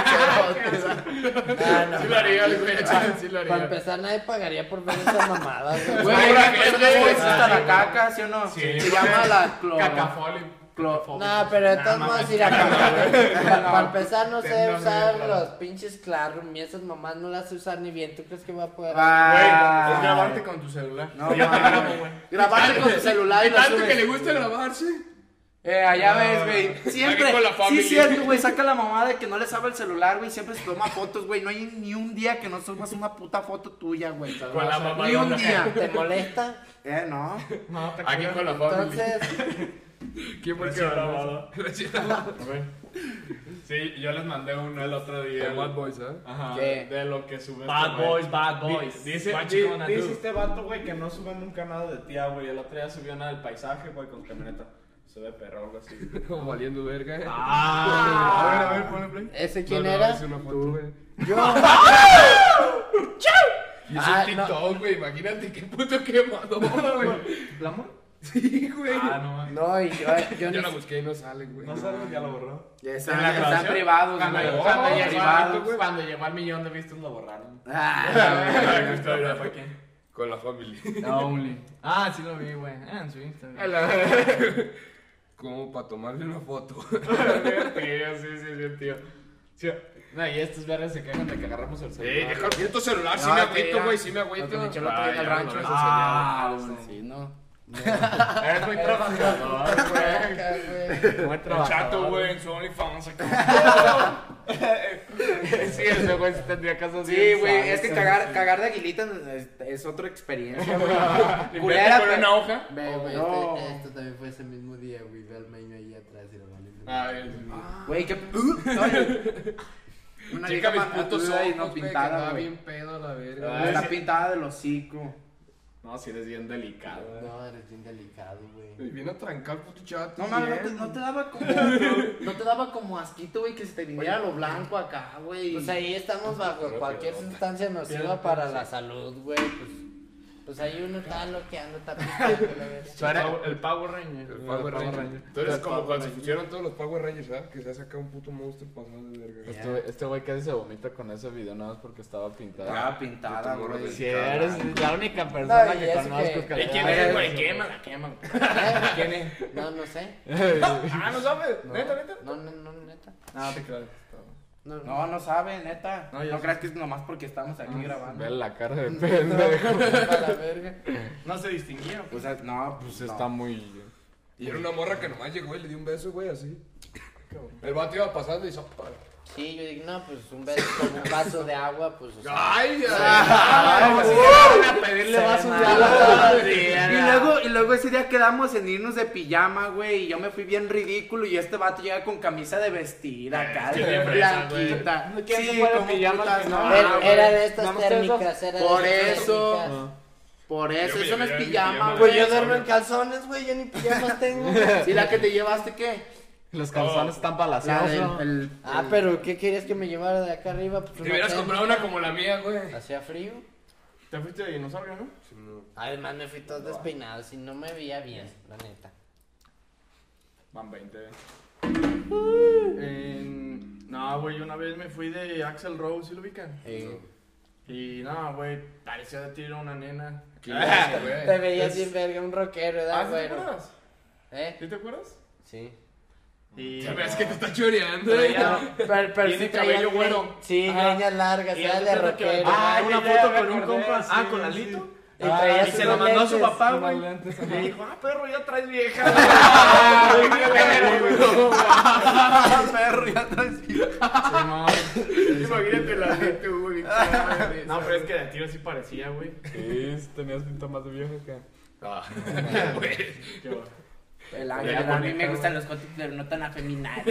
Speaker 4: Ah, no.
Speaker 3: Sí lo haría, güey. Sí lo
Speaker 4: Para
Speaker 3: haría.
Speaker 4: empezar, nadie pagaría por ver esas mamadas, güey.
Speaker 2: Güey,
Speaker 3: Ahora
Speaker 2: pues,
Speaker 3: que es,
Speaker 2: ¿cómo
Speaker 3: güey?
Speaker 2: es esta la caca, ¿sí o no? Se llama la clo...
Speaker 3: Cacafoli.
Speaker 2: clo-
Speaker 4: No, pero de todos modos ir a Para empezar, no sé
Speaker 1: Tendones,
Speaker 4: usar
Speaker 1: claro.
Speaker 4: los pinches Classroom y esas mamás no las sé usar ni bien. ¿Tú crees que voy a poder?
Speaker 7: Güey,
Speaker 2: Ah.
Speaker 7: es grabarte con tu celular.
Speaker 2: No, mames. Grabarte con tu celular y
Speaker 3: Hay
Speaker 2: lo
Speaker 3: tanto
Speaker 2: subes.
Speaker 3: que le gusta grabarse.
Speaker 2: Eh, allá ves, güey.
Speaker 3: Ahí
Speaker 2: Siempre.
Speaker 3: con la
Speaker 2: Sí,
Speaker 3: familia.
Speaker 2: cierto, güey. Saca la mamá de que no le sabe el celular, güey. Siempre se toma fotos, güey. No hay ni un día que no subas una puta foto tuya, güey.
Speaker 3: Con la mamá.
Speaker 2: Ni un día.
Speaker 4: ¿Te molesta?
Speaker 2: Eh, no.
Speaker 3: Aquí con la familia.
Speaker 4: Entonces,
Speaker 3: ¿Quién fue el que grabó?
Speaker 1: Sí, yo les mandé uno el otro día.
Speaker 3: De Mad Boys, ¿eh?
Speaker 1: Ajá.
Speaker 4: ¿Qué?
Speaker 1: Ah, De lo que sube.
Speaker 8: Bad boys, bad boys.
Speaker 1: Dice,
Speaker 8: What
Speaker 1: di-
Speaker 8: you gonna
Speaker 1: dice
Speaker 8: do?
Speaker 1: este vato, güey, que no sube nunca nada de tía, güey. El otro día subió una del paisaje, güey, con camioneta. Se ve perro, algo así.
Speaker 3: Como valiendo verga.
Speaker 1: Ah,
Speaker 7: A ver, a ver, ponle play.
Speaker 4: ¿ese quién
Speaker 3: No, no,
Speaker 4: era?
Speaker 3: es una foto, güey.
Speaker 4: Yo.
Speaker 3: Y es
Speaker 4: Ah,
Speaker 3: un TikTok, güey. Imagínate qué puto quemado, güey. Sí, güey.
Speaker 1: Ah, no,
Speaker 4: No, y yo, yo
Speaker 3: Yo
Speaker 4: ni
Speaker 3: la busqué y no sale, güey.
Speaker 1: no sabes, ya lo borró.
Speaker 2: Ya
Speaker 1: ¿En la
Speaker 2: están, están
Speaker 1: grabación?
Speaker 2: privados,
Speaker 1: Cuando,
Speaker 2: güey.
Speaker 1: cuando
Speaker 2: Están
Speaker 1: llegó,
Speaker 2: privados.
Speaker 1: cuando llegó al millón de vistas lo borraron.
Speaker 2: Ah,
Speaker 1: ¿Para quién?
Speaker 3: Con la familia.
Speaker 1: No, Only. Ah, sí lo vi, güey. Ah, en su Instagram.
Speaker 3: Como para tomarle una foto.
Speaker 1: tío, sí, sí, sí, tío. Sí, No, y estos verdes se quejan de que agarramos el
Speaker 3: Ey,
Speaker 1: celular.
Speaker 3: deja el puto celular. Si
Speaker 2: No,
Speaker 3: me
Speaker 2: que Ah, ya.
Speaker 3: agüito, güey. Si me
Speaker 2: Lo que
Speaker 3: agüito.
Speaker 2: me echó el otro día en el
Speaker 3: Ah, ya,
Speaker 2: rancho.
Speaker 3: no,
Speaker 1: Ah,
Speaker 2: Sí, no.
Speaker 1: Eres muy trabajador, güey.
Speaker 4: Acá, güey.
Speaker 1: Muy
Speaker 3: El chato,
Speaker 1: trabajador.
Speaker 3: güey, en su OnlyFans acá.
Speaker 1: Sí, ese güey sí tendría casos
Speaker 2: Sí,
Speaker 1: bien
Speaker 2: güey.
Speaker 1: sanos,
Speaker 2: Es que
Speaker 1: sí,
Speaker 2: cagar,
Speaker 1: sí.
Speaker 2: cagar de aguilita es, es otra experiencia, güey.
Speaker 3: Culera,
Speaker 2: Culera,
Speaker 3: con
Speaker 2: pero-
Speaker 3: una hoja.
Speaker 4: Ve, güey,
Speaker 2: Oh, No.
Speaker 4: este- esto también fue ese mismo día, güey. Ve al meño ahí atrás y lo valiendo.
Speaker 3: Ah, el-
Speaker 2: Güey, qué. Oye. Una
Speaker 3: Checa
Speaker 2: vieja
Speaker 3: mis
Speaker 2: más
Speaker 3: putos
Speaker 2: y no
Speaker 3: ojos, güey, que
Speaker 2: pintada,
Speaker 3: andaba
Speaker 2: güey.
Speaker 3: bien pedo a la
Speaker 1: Ah,
Speaker 3: verga.
Speaker 2: Está
Speaker 1: sí.
Speaker 2: pintada del hocico.
Speaker 1: No, si eres bien delicado. güey.
Speaker 4: No, eres bien delicado, güey.
Speaker 3: Y Vino a trancar puto chato.
Speaker 2: No mames, no te,
Speaker 3: bien.
Speaker 2: no te daba como. No te daba como asquito, güey, que se te viniera lo blanco acá, güey.
Speaker 4: Pues ahí estamos bajo cualquier sustancia nociva para la salud, güey. Pues, pues ahí uno está loqueando, está picando, la verga.
Speaker 1: Tú eres- el Power Ranger.
Speaker 3: El Power Ranger. Tú eres
Speaker 1: El
Speaker 3: como
Speaker 1: Power
Speaker 3: cuando se
Speaker 1: Ranger.
Speaker 3: pusieron todos los Power Rangers, ¿verdad? Que se ha sacado un puto monstruo pasado de verga.
Speaker 8: Este güey- Este güey casi se vomita con ese video nada más porque estaba pintado.
Speaker 2: Estaba pintada,
Speaker 3: Tu morro
Speaker 2: güey.
Speaker 8: Si eres la única
Speaker 4: persona
Speaker 8: persona
Speaker 4: No, y que
Speaker 8: que
Speaker 4: eso conozco
Speaker 8: conozco
Speaker 4: que- que- ¿Y
Speaker 8: quién
Speaker 4: eres,
Speaker 3: güey? Quémala, quémala.
Speaker 4: ¿Eh? No, no sé.
Speaker 3: Ah, no sabes. Neta, neta.
Speaker 4: No, no, no, neta.
Speaker 1: No, te creas.
Speaker 4: No, no.
Speaker 2: No, no sabe, neta.
Speaker 1: No,
Speaker 2: No,
Speaker 1: ya sé.
Speaker 2: creas que es nomás porque estamos aquí grabando.
Speaker 8: Ve la cara de pendejo.
Speaker 4: A la verga.
Speaker 7: No se distinguía.
Speaker 2: O sea, no, pues
Speaker 8: Pues
Speaker 2: no.
Speaker 8: está muy.
Speaker 3: Y era una morra que nomás llegó y le dio un beso, güey, así. El vato iba pasando y hizo.
Speaker 4: Sí, yo dije, no, pues un beso con un vaso de agua, pues. O sea,
Speaker 3: ¡Ay, ya!
Speaker 1: Ah,
Speaker 4: Ah,
Speaker 1: a pedirle vasos de agua.
Speaker 2: Y luego, y luego ese día quedamos en irnos de pijama, güey. Y yo me fui bien ridículo. Y este vato llega con camisa de vestir
Speaker 7: Eh,
Speaker 2: acá,
Speaker 1: sí,
Speaker 2: de
Speaker 1: bien fresa, güey.
Speaker 2: blanquita.
Speaker 1: ¿Quién se fue de pijama al
Speaker 2: putas, no? Ah,
Speaker 1: final?
Speaker 4: era- era de
Speaker 2: No,
Speaker 4: estas
Speaker 2: no,
Speaker 4: térmicas, era de
Speaker 2: Por
Speaker 4: estas
Speaker 2: eso.
Speaker 4: térmicas.
Speaker 2: Por eso,
Speaker 3: Yo me
Speaker 2: eso no es
Speaker 3: llevé mi
Speaker 2: pijama,
Speaker 7: Ah,
Speaker 3: pijama.
Speaker 2: güey.
Speaker 4: Pues yo duermo en calzones, güey, yo ni pijamas tengo.
Speaker 2: ¿Y la que te llevaste qué?
Speaker 8: Los calzones
Speaker 7: Oh.
Speaker 8: están
Speaker 2: La
Speaker 8: balaseados.
Speaker 2: del.
Speaker 8: ¿no?
Speaker 2: el-
Speaker 4: Ah,
Speaker 2: el-
Speaker 4: pero ¿qué querías que me llevara de acá arriba? Pues
Speaker 3: Te
Speaker 4: una
Speaker 3: hubieras
Speaker 4: tela.
Speaker 3: comprado una como la mía, güey.
Speaker 4: Hacía frío.
Speaker 7: Te fuiste de dinosaurio, ¿no?
Speaker 4: Además me fui todo despeinado, si no me veía bien, la neta.
Speaker 1: Van 20.
Speaker 7: En- No, güey, una vez me fui de Axel Rose, ¿sí lo ubican? Y no, güey, parecía de tiro una nena.
Speaker 3: ¿Qué hice, güey?
Speaker 4: Eh, Te veías bien verga, un rockero, ¿verdad,
Speaker 7: Ah, ¿sí te
Speaker 4: güero?
Speaker 7: acuerdas?
Speaker 4: ¿Eh?
Speaker 7: ¿Sí te acuerdas?
Speaker 4: Sí.
Speaker 7: Y...
Speaker 3: Ya ves que te está choreando, güey.
Speaker 7: Traía-
Speaker 4: Pero, pero
Speaker 7: Tiene
Speaker 4: sí traía
Speaker 7: cabello
Speaker 4: gre-
Speaker 7: güero.
Speaker 4: Sí,
Speaker 7: Ajá.
Speaker 4: greñas largas,
Speaker 7: Y
Speaker 4: era
Speaker 7: el
Speaker 4: de
Speaker 7: otro que-
Speaker 4: rockero.
Speaker 7: Ah,
Speaker 1: Ah,
Speaker 7: una
Speaker 1: ya, ya
Speaker 7: foto
Speaker 1: me
Speaker 7: con un
Speaker 1: acordé,
Speaker 7: compa.
Speaker 1: sí,
Speaker 7: Ah, con
Speaker 1: sí.
Speaker 7: Alito.
Speaker 4: Y traía
Speaker 7: Y
Speaker 4: sus
Speaker 7: se lo mandó a su
Speaker 4: lentes.
Speaker 7: papá, güey.
Speaker 8: lentes,
Speaker 7: Y
Speaker 8: ajá.
Speaker 7: le dijo, ah, perro, ya traes vieja. Ah, perro, ya traes vieja.
Speaker 3: Imagínate la gente, güey.
Speaker 7: No, pero es que de tiro sí parecía, güey.
Speaker 8: Sí, tenías pinta más de viejo que.
Speaker 7: Qué bueno.
Speaker 4: El
Speaker 8: Ya,
Speaker 4: ángel, a mí
Speaker 8: bonito,
Speaker 4: me
Speaker 8: güey.
Speaker 4: gustan los cotos, pero no tan afeminados.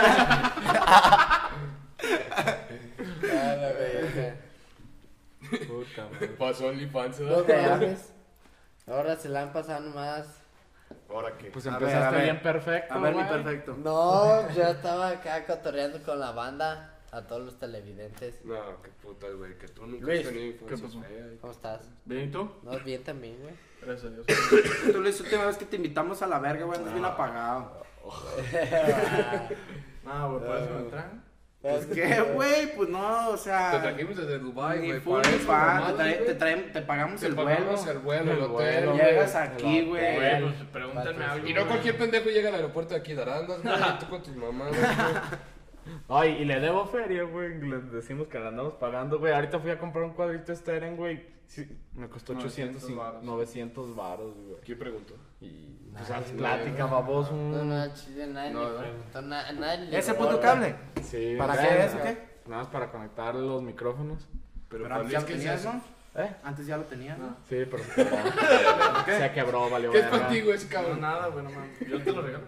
Speaker 4: Ah,
Speaker 8: Puta madre.
Speaker 3: Pasó OnlyFans,
Speaker 4: Los
Speaker 3: ¿verdad?
Speaker 4: graves. Ahora se la han pasado más.
Speaker 3: ¿Ahora qué?
Speaker 8: Pues
Speaker 2: A ver,
Speaker 8: empezaste
Speaker 2: a ver.
Speaker 8: bien perfecto.
Speaker 2: A ver, mi
Speaker 8: güey.
Speaker 2: perfecto.
Speaker 4: No, yo estaba acá cotorreando con la banda, a todos los televidentes.
Speaker 3: No, qué puta, güey. Que tú nunca
Speaker 7: Luis,
Speaker 3: has tenido
Speaker 7: ¿qué
Speaker 3: infancia
Speaker 7: pasó?
Speaker 3: fea, güey.
Speaker 4: ¿Cómo estás?
Speaker 7: ¿Bien y tú?
Speaker 4: No, bien también, güey.
Speaker 7: Gracias a Dios.
Speaker 2: Tú la última vez que te invitamos a la verga, güey, andas bien apagado.
Speaker 7: No, güey, por eso me traen.
Speaker 2: Pues qué, güey, pues no, o
Speaker 3: Te
Speaker 2: sea.
Speaker 3: trajimos desde Dubai,
Speaker 2: Ni
Speaker 3: güey.
Speaker 2: full
Speaker 3: para
Speaker 2: ni
Speaker 3: eso,
Speaker 2: fan, te,
Speaker 3: nomás,
Speaker 2: trae-
Speaker 3: güey.
Speaker 2: te trae- te pagamos
Speaker 3: Te
Speaker 2: el vuelo.
Speaker 3: pagamos el vuelo, el
Speaker 8: El
Speaker 3: hotel.
Speaker 8: vuelo,
Speaker 3: güey.
Speaker 2: Llegas aquí,
Speaker 7: Güey,
Speaker 2: güey.
Speaker 7: pues pregúntame algo.
Speaker 3: Y no
Speaker 7: güey.
Speaker 3: cualquier pendejo llega al aeropuerto de aquí de Arandas, güey. Tú con tus mamás, güey.
Speaker 8: Ay, y le debo feria, güey. Le decimos que la andamos pagando, güey. Ahorita fui a comprar un cuadrito Steren, güey. Sí, me costó 800,
Speaker 7: 900 varos.
Speaker 8: 900 baros, güey.
Speaker 3: ¿Quién preguntó?
Speaker 8: Y pues haz plática, baboso.
Speaker 4: No, no, chile, nadie
Speaker 3: No,
Speaker 4: le
Speaker 3: no.
Speaker 4: preguntó nada. nadie le
Speaker 2: ¿Ese
Speaker 4: preguntó.
Speaker 2: puto cable?
Speaker 8: Sí,
Speaker 2: ¿Para
Speaker 8: güey,
Speaker 2: qué es o
Speaker 8: nada-
Speaker 2: qué?
Speaker 8: Nada más para conectar los micrófonos.
Speaker 2: Pero antes ya lo tenía
Speaker 3: eso?
Speaker 2: eso.
Speaker 8: ¿Eh?
Speaker 2: Antes ya lo tenía. ¿no?
Speaker 8: Sí, pero se quebró. Se quebró, valió.
Speaker 3: ¿Qué es
Speaker 8: verga.
Speaker 3: contigo ese
Speaker 7: No,
Speaker 3: cabrón?
Speaker 7: nada, güey, no mames. Yo te lo regalo.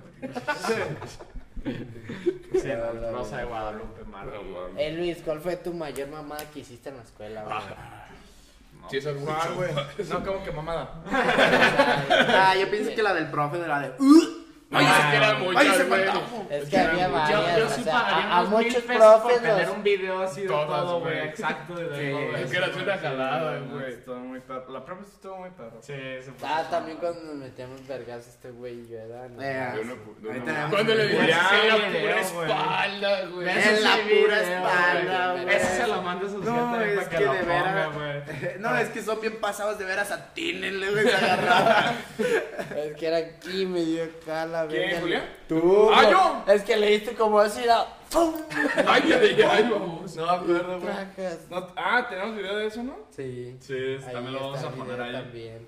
Speaker 8: Sí, no, no sé, Guadalupe,
Speaker 3: No,
Speaker 8: malo.
Speaker 3: mames.
Speaker 4: Eh, Luis, ¿cuál fue tu mayor mamada que hiciste en la escuela, güey?
Speaker 3: Sí, es algo
Speaker 7: Ah, güey. No, como que mamada.
Speaker 2: Ah, yo pienso que la del profe de la de. "Uh,
Speaker 3: Ay, es que era
Speaker 2: ¡Ay,
Speaker 3: muchas,
Speaker 2: se
Speaker 3: güey.
Speaker 2: fantasma!
Speaker 4: Es que había varias,
Speaker 1: Yo
Speaker 4: o
Speaker 1: sí
Speaker 4: sea, a,
Speaker 1: pagaría
Speaker 4: a
Speaker 1: unos mil
Speaker 4: muchos
Speaker 1: pesos por
Speaker 4: profes
Speaker 1: tener
Speaker 4: los-
Speaker 1: un video así de
Speaker 3: Todas,
Speaker 1: todo, güey.
Speaker 3: güey.
Speaker 1: Exacto, de
Speaker 7: Sí,
Speaker 1: todo
Speaker 3: Es
Speaker 1: eso,
Speaker 3: que era
Speaker 1: güey.
Speaker 3: una jalada,
Speaker 7: No,
Speaker 3: güey.
Speaker 7: Estuvo muy perro. La prueba sí estuvo muy perro.
Speaker 1: Sí, se fue.
Speaker 4: Ah, también cuando nos metíamos vergas este güey y yo era... no.
Speaker 2: Eh,
Speaker 3: Yo no pu- no,
Speaker 2: ahí
Speaker 3: no.
Speaker 2: tenemos
Speaker 3: Cuando le
Speaker 2: el
Speaker 3: vi
Speaker 2: video.
Speaker 1: Ya,
Speaker 3: la
Speaker 1: güey,
Speaker 3: pura
Speaker 1: güey.
Speaker 3: espalda, güey.
Speaker 1: Eso
Speaker 2: En la
Speaker 1: sí,
Speaker 2: pura
Speaker 1: video,
Speaker 2: espalda,
Speaker 1: güey.
Speaker 2: güey.
Speaker 1: Ese se lo manda a sus
Speaker 2: No,
Speaker 1: jefes
Speaker 2: es
Speaker 1: para que,
Speaker 2: que
Speaker 1: lo
Speaker 2: de
Speaker 1: ponga,
Speaker 2: veras.
Speaker 1: güey.
Speaker 2: No, es que son bien pasados de veras, atínenle, güey, se agarraban.
Speaker 4: Es que era aquí, me dio acá la
Speaker 7: ¿Quién,
Speaker 4: verga.
Speaker 7: Julián?
Speaker 4: Tú.
Speaker 3: ¡Ah,
Speaker 4: güey.
Speaker 3: yo!
Speaker 4: Es que le diste como así, la... ¡Pum!
Speaker 3: Ay, ay, ay, vamos.
Speaker 7: No, me acuerdo, güey.
Speaker 4: Tracas.
Speaker 7: No, ah, tenemos video de eso, ¿no?
Speaker 4: Sí.
Speaker 1: Sí,
Speaker 4: Ahí
Speaker 1: también lo vamos
Speaker 4: está
Speaker 1: a
Speaker 4: el
Speaker 1: poner
Speaker 4: video
Speaker 1: ahí.
Speaker 4: También.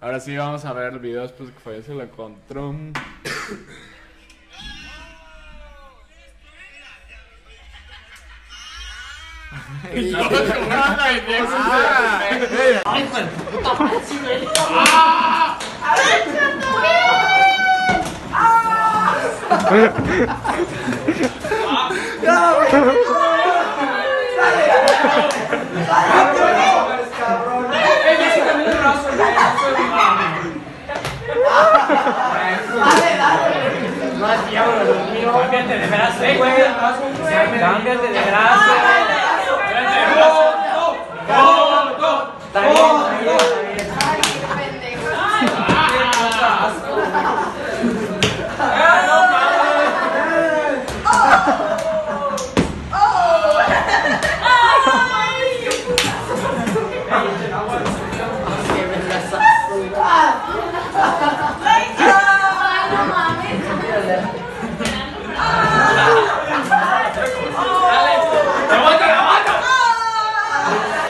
Speaker 8: Ahora sí vamos a ver el video
Speaker 1: pues,
Speaker 8: después de que fallece lo encontró.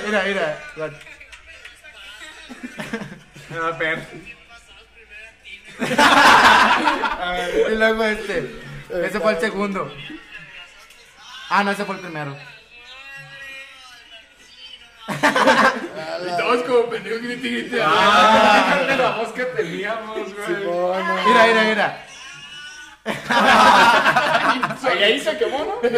Speaker 1: Mira, mira. la-
Speaker 7: No, perro.
Speaker 2: Y luego este. Ese fue el segundo. Ah, no, ese fue el primero.
Speaker 3: Y todos como pendejos grite, grite.
Speaker 1: de la voz que teníamos, güey.
Speaker 2: Mira, mira, mira.
Speaker 3: Y ahí se quemó, ¿no?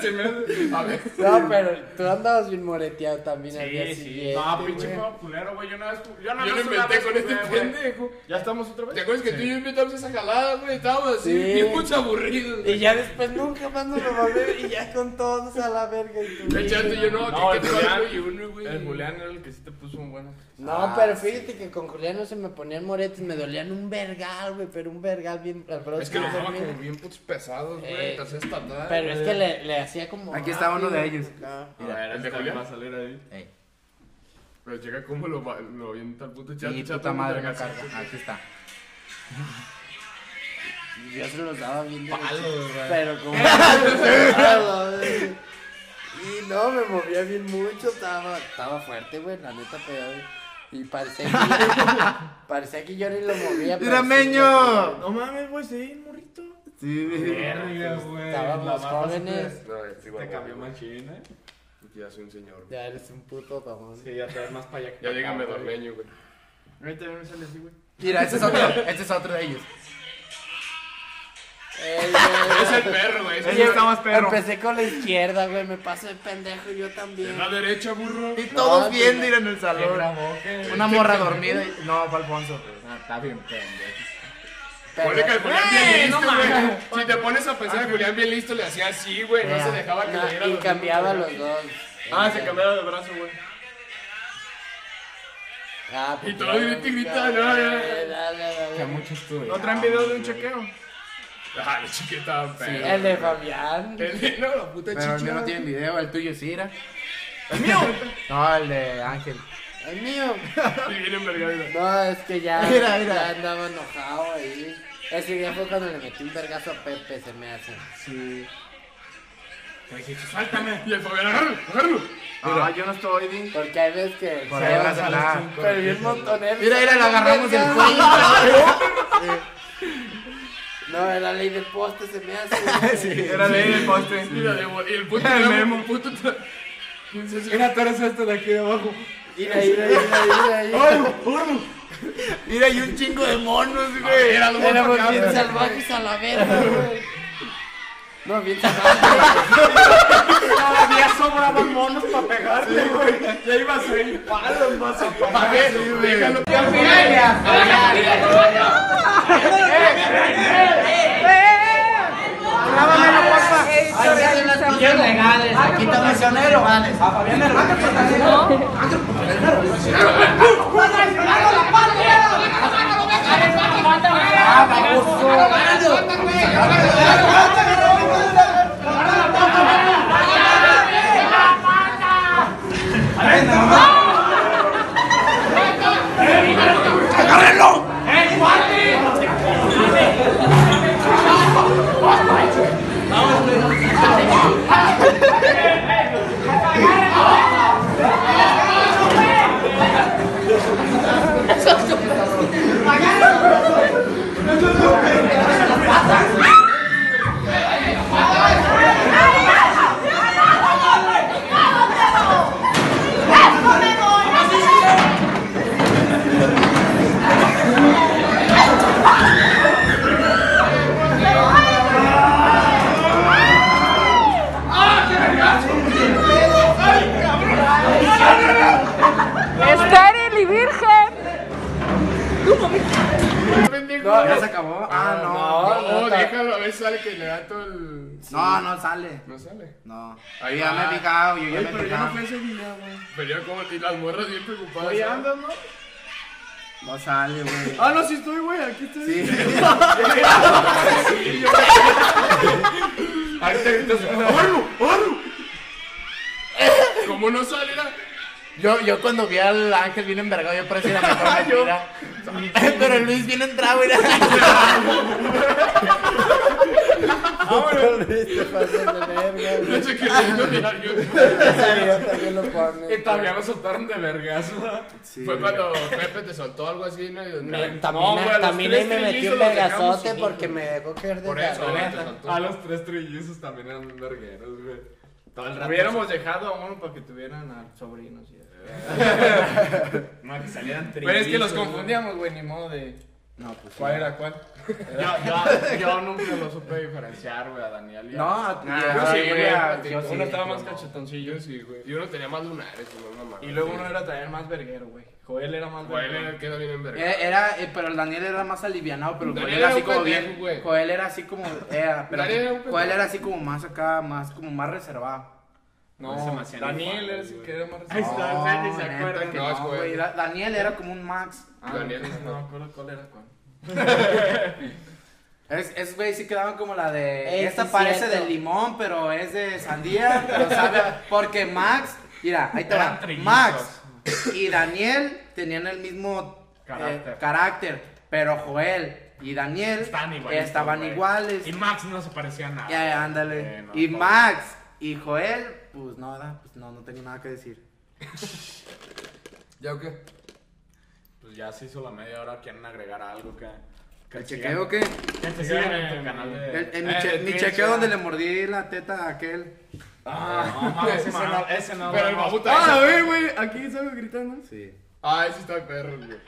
Speaker 3: Se me- A ver.
Speaker 4: No, pero tú andabas bien moreteado también al día
Speaker 7: sí.
Speaker 4: siguiente.
Speaker 1: No, pinche
Speaker 4: güey.
Speaker 1: juego culero, güey. Yo una vez. Yo
Speaker 3: Yo lo inventé con este pendejo.
Speaker 7: ¿Ya estamos otra
Speaker 3: ¿Te
Speaker 7: vez?
Speaker 3: acuerdas que tú y yo inventamos esa jalada, güey? Estábamos así,
Speaker 4: Sí.
Speaker 3: bien mucho aburridos.
Speaker 4: Y ya después nunca más nos lo va a ver y ya con todos a la verga. y tú,
Speaker 3: El chato y yo no,
Speaker 7: No,
Speaker 3: que
Speaker 7: el
Speaker 3: te
Speaker 7: Julián.
Speaker 3: y uno, güey.
Speaker 7: El Julián era el que sí te puso un buen.
Speaker 4: No, pero fíjate que con Julián no se me ponían moretes, me dolían un vergal, güey, pero un vergal bien sabroso,
Speaker 3: Es que los
Speaker 4: bien
Speaker 3: daba
Speaker 4: dormido.
Speaker 3: como bien putos pesados,
Speaker 4: Ah, Eh,
Speaker 3: güey. Te hacías tardar.
Speaker 4: Pero es que le, le hacía como. Ah,
Speaker 2: Aquí está uno de
Speaker 4: rápido,
Speaker 2: ellos.
Speaker 4: acá.
Speaker 1: A ver,
Speaker 3: ¿El de
Speaker 1: este
Speaker 3: Julián?
Speaker 1: va a salir ahí.
Speaker 3: Pero llega como lo, va- lo avienta el puto chato.
Speaker 2: Y
Speaker 3: chato,
Speaker 2: puta madre,
Speaker 3: verga,
Speaker 2: no carga. Aquí está.
Speaker 4: Yo se los daba bien. de-
Speaker 1: Palo, güey.
Speaker 4: Pero como. Palo, güey. Y no, me movía bien mucho, estaba, estaba fuerte, güey, la neta pegaba. Y parecía que, parecía que yo ni lo movía.
Speaker 2: Mira,
Speaker 4: pero sí,
Speaker 2: meño.
Speaker 7: No mames, güey, sí, morrito.
Speaker 2: Sí, güey.
Speaker 1: Verga, güey.
Speaker 4: Estábamos
Speaker 1: La barba se
Speaker 4: jóvenes.
Speaker 1: te-
Speaker 3: No, es igual.
Speaker 1: Te cambió ¿eh?
Speaker 3: güey.
Speaker 1: machina.
Speaker 3: Ya soy un señor. güey.
Speaker 4: Ya eres un puto mamón.
Speaker 1: Sí, ya te ves más para allá. que
Speaker 3: Ya
Speaker 1: pa'
Speaker 3: llega
Speaker 1: acá, güey.
Speaker 3: medormeño, güey.
Speaker 7: A mí también me sale así, güey.
Speaker 2: Mira, ese es otro, ese es otro de ellos.
Speaker 4: Ey, güey.
Speaker 1: Es el perro, güey. Es
Speaker 4: Oye,
Speaker 1: el está más perro.
Speaker 4: Empecé con la izquierda, güey, me paso de pendejo yo también.
Speaker 1: La derecha, burro.
Speaker 2: Y todos
Speaker 4: No,
Speaker 2: viendo
Speaker 4: sí,
Speaker 2: ir en el salón. Una morra dormida. y- No, fue Alfonso.
Speaker 1: Ah, está bien pendejo.
Speaker 4: Pero-
Speaker 3: Ponle que al Julián
Speaker 1: Güey,
Speaker 3: bien
Speaker 1: no
Speaker 3: listo, güey.
Speaker 1: mames.
Speaker 3: Si te pones a pensar que Julián bien listo le hacía así, güey. No se dejaba que
Speaker 4: no,
Speaker 3: le diera
Speaker 4: Y
Speaker 3: los
Speaker 4: cambiaba
Speaker 3: mismos,
Speaker 4: los
Speaker 3: güey.
Speaker 4: dos.
Speaker 3: Ah,
Speaker 4: Eh,
Speaker 3: se cambiaba de brazo, güey.
Speaker 4: Ah,
Speaker 3: Y todo grita y grita, no, no, no.
Speaker 1: Ya
Speaker 4: no,
Speaker 1: mucho estuve.
Speaker 7: ¿No traen video de un chequeo?
Speaker 3: Ah, la chiquita,
Speaker 4: El de Fabián.
Speaker 3: El de- no, la puta
Speaker 2: Pero el mío
Speaker 3: chicha.
Speaker 2: no tiene video, el tuyo sí era. ¿El mío? No, el de Ángel.
Speaker 4: El mío.
Speaker 3: Y viene envergadura.
Speaker 4: No, es que ya,
Speaker 2: Mira, mira.
Speaker 4: ya andaba enojado ahí. Ese día fue cuando le metí un vergazo a Pepe, se me hace.
Speaker 1: Te dijiste, suéltame.
Speaker 3: Y el Fabián, agárralo, agárralo.
Speaker 7: Ah, yo no estoy, Di.
Speaker 4: Porque hay veces que.
Speaker 2: Por ahí vas a hablar.
Speaker 4: Pero bien montonero.
Speaker 2: Mira, mira, lo agarramos el
Speaker 4: Verga.
Speaker 2: cuello.
Speaker 4: No, era ley de poste, se me hace.
Speaker 7: Era ley del poste.
Speaker 3: Y la de- y el puto
Speaker 1: El
Speaker 3: Memo,
Speaker 1: Memo.
Speaker 3: puto tra- ¿Quién se hace?
Speaker 1: Mira, tú eres este de aquí de abajo.
Speaker 4: Mira, mira, mira, mira.
Speaker 2: Mira, hay un chingo de monos, güey.
Speaker 3: Era lo más
Speaker 4: Éramos
Speaker 3: marcado.
Speaker 4: bien salvajes a la verga, güey. No, bien salvajes.
Speaker 1: Todavía sobraban monos para pegarle, güey. Ya iba a ser palos más a
Speaker 3: A ver, déjalo.
Speaker 2: Ah, Aquí está misionero. A Fabián
Speaker 9: Estéril y virgen.
Speaker 2: No, ya se acabó. Ah, no.
Speaker 3: No, déjalo, a ver sale que le da todo el.
Speaker 2: No, no sale.
Speaker 3: No sale.
Speaker 2: No.
Speaker 3: Ahí
Speaker 2: Yo ya
Speaker 3: va.
Speaker 2: me he picado, yo ya me he
Speaker 1: Pero ya no fue
Speaker 2: picado.
Speaker 1: ese video, güey.
Speaker 3: Pero yo como y las morras bien preocupadas. ¿eh?
Speaker 1: ¿no?
Speaker 2: No sale, güey.
Speaker 1: Ah, no, sí estoy, güey. Aquí estoy.
Speaker 2: Sí.
Speaker 1: Ahorita gritas, ¡Orru! ¡Orru!
Speaker 3: ¿Cómo no sale? Era...
Speaker 2: Yo, yo cuando vi al Ángel bien envergado, yo parecía la mejor mentira. Pero Luis bien entrado, mira.
Speaker 4: Te pasas de verga, güey.
Speaker 3: No sé qué
Speaker 1: Ah.
Speaker 3: le digo, mira, yo-
Speaker 4: También lo
Speaker 1: Y
Speaker 4: pone.
Speaker 1: todavía me soltaron de vergas,
Speaker 3: Fue cuando Pepe te soltó algo así, ¿no? Y donde-
Speaker 4: Me-
Speaker 3: No, güey, a los
Speaker 4: También también
Speaker 3: tres
Speaker 4: ahí me metió
Speaker 3: trillizos
Speaker 4: un
Speaker 3: los dejamos
Speaker 4: vergazote
Speaker 3: solitos.
Speaker 4: porque me dejó caer de
Speaker 3: Por eso, güey, te
Speaker 4: cabeza.
Speaker 3: soltó.
Speaker 1: A los tres trillizos también eran vergueros, güey. Todo el rato.
Speaker 7: Hubiéramos dejado a uno para que tuvieran a sobrinos. y-
Speaker 1: No, que salieran trillizos.
Speaker 7: Pero es que los confundíamos, güey, ni modo de.
Speaker 2: No, pues.
Speaker 7: ¿Cuál era cuál?
Speaker 1: Yo, yo, yo nunca lo supe diferenciar, güey, a Daniel. y a-
Speaker 2: No,
Speaker 3: Ah,
Speaker 7: yo sí, güey,
Speaker 2: a-
Speaker 7: espérate,
Speaker 2: Ah, yo sí.
Speaker 7: uno estaba más
Speaker 3: no.
Speaker 7: cachetoncillo.
Speaker 3: Yo sí, güey. Y uno tenía más lunares, güey, mamá.
Speaker 7: Y luego uno era también más verguero, güey. Joel era más
Speaker 3: Güey,
Speaker 7: verguero.
Speaker 3: le quedó bien
Speaker 2: Era,
Speaker 3: envergado.
Speaker 2: era- eh, pero el Daniel era más alivianado, pero
Speaker 3: Daniel
Speaker 2: Joel
Speaker 3: era
Speaker 2: era así
Speaker 3: un
Speaker 2: como
Speaker 3: pendejo,
Speaker 2: bien.
Speaker 3: güey.
Speaker 2: Joel era así como. Era, pero
Speaker 3: Daniel era un
Speaker 2: Joel
Speaker 3: pendejo.
Speaker 2: era así como más acá, más como más reservado.
Speaker 1: Ese me
Speaker 7: No,
Speaker 1: hacía
Speaker 7: Daniel
Speaker 1: igual,
Speaker 7: era el
Speaker 1: güey.
Speaker 7: que era más
Speaker 1: Ahí
Speaker 7: reservado.
Speaker 1: está,
Speaker 2: No,
Speaker 1: nadie se
Speaker 2: neta
Speaker 1: acuerda.
Speaker 2: que
Speaker 3: No, es
Speaker 2: no,
Speaker 3: Joel.
Speaker 2: güey. Da- Daniel era como un Max.
Speaker 7: Ah,
Speaker 3: Daniel,
Speaker 7: no
Speaker 3: no.
Speaker 7: me acuerdo cuál era cuál.
Speaker 2: Es, es güey, sí quedaban como la de.
Speaker 4: Ey,
Speaker 2: esta
Speaker 4: sí,
Speaker 2: parece
Speaker 4: cierto.
Speaker 2: de limón, pero es de sandía. Pero sabe. Porque Max. Mira, ahí te va.
Speaker 1: Eran trillizos.
Speaker 2: Max y Daniel tenían el mismo eh,
Speaker 1: Carácter.
Speaker 2: carácter, Pero Joel y Daniel
Speaker 1: Estaban iguales.
Speaker 2: estaban iguales.
Speaker 1: Y Max no se parecía a nada.
Speaker 2: Ya, ándale.
Speaker 1: Eh, no,
Speaker 2: y
Speaker 1: no.
Speaker 2: Max Y Joel, pues no, ¿verdad? pues no, no tengo nada que decir.
Speaker 3: ¿Ya o qué?
Speaker 1: Pues ya se hizo la media hora, quieren agregar algo que. que sigan- Eh,
Speaker 2: ¿El chequeo qué?
Speaker 1: Que te sigan en tu canal de. Ah,
Speaker 2: El, en mi,
Speaker 7: Eh,
Speaker 2: che-
Speaker 7: de
Speaker 2: mi
Speaker 7: Twitch,
Speaker 2: chequeo
Speaker 7: ya.
Speaker 2: donde le Ah, mordí la teta a aquel.
Speaker 1: No, mames, ese no, ese no. Pero el
Speaker 7: Ah, a ver, güey, aquí salgo gritando.
Speaker 2: Sí.
Speaker 3: Ah, ese está perro, güey.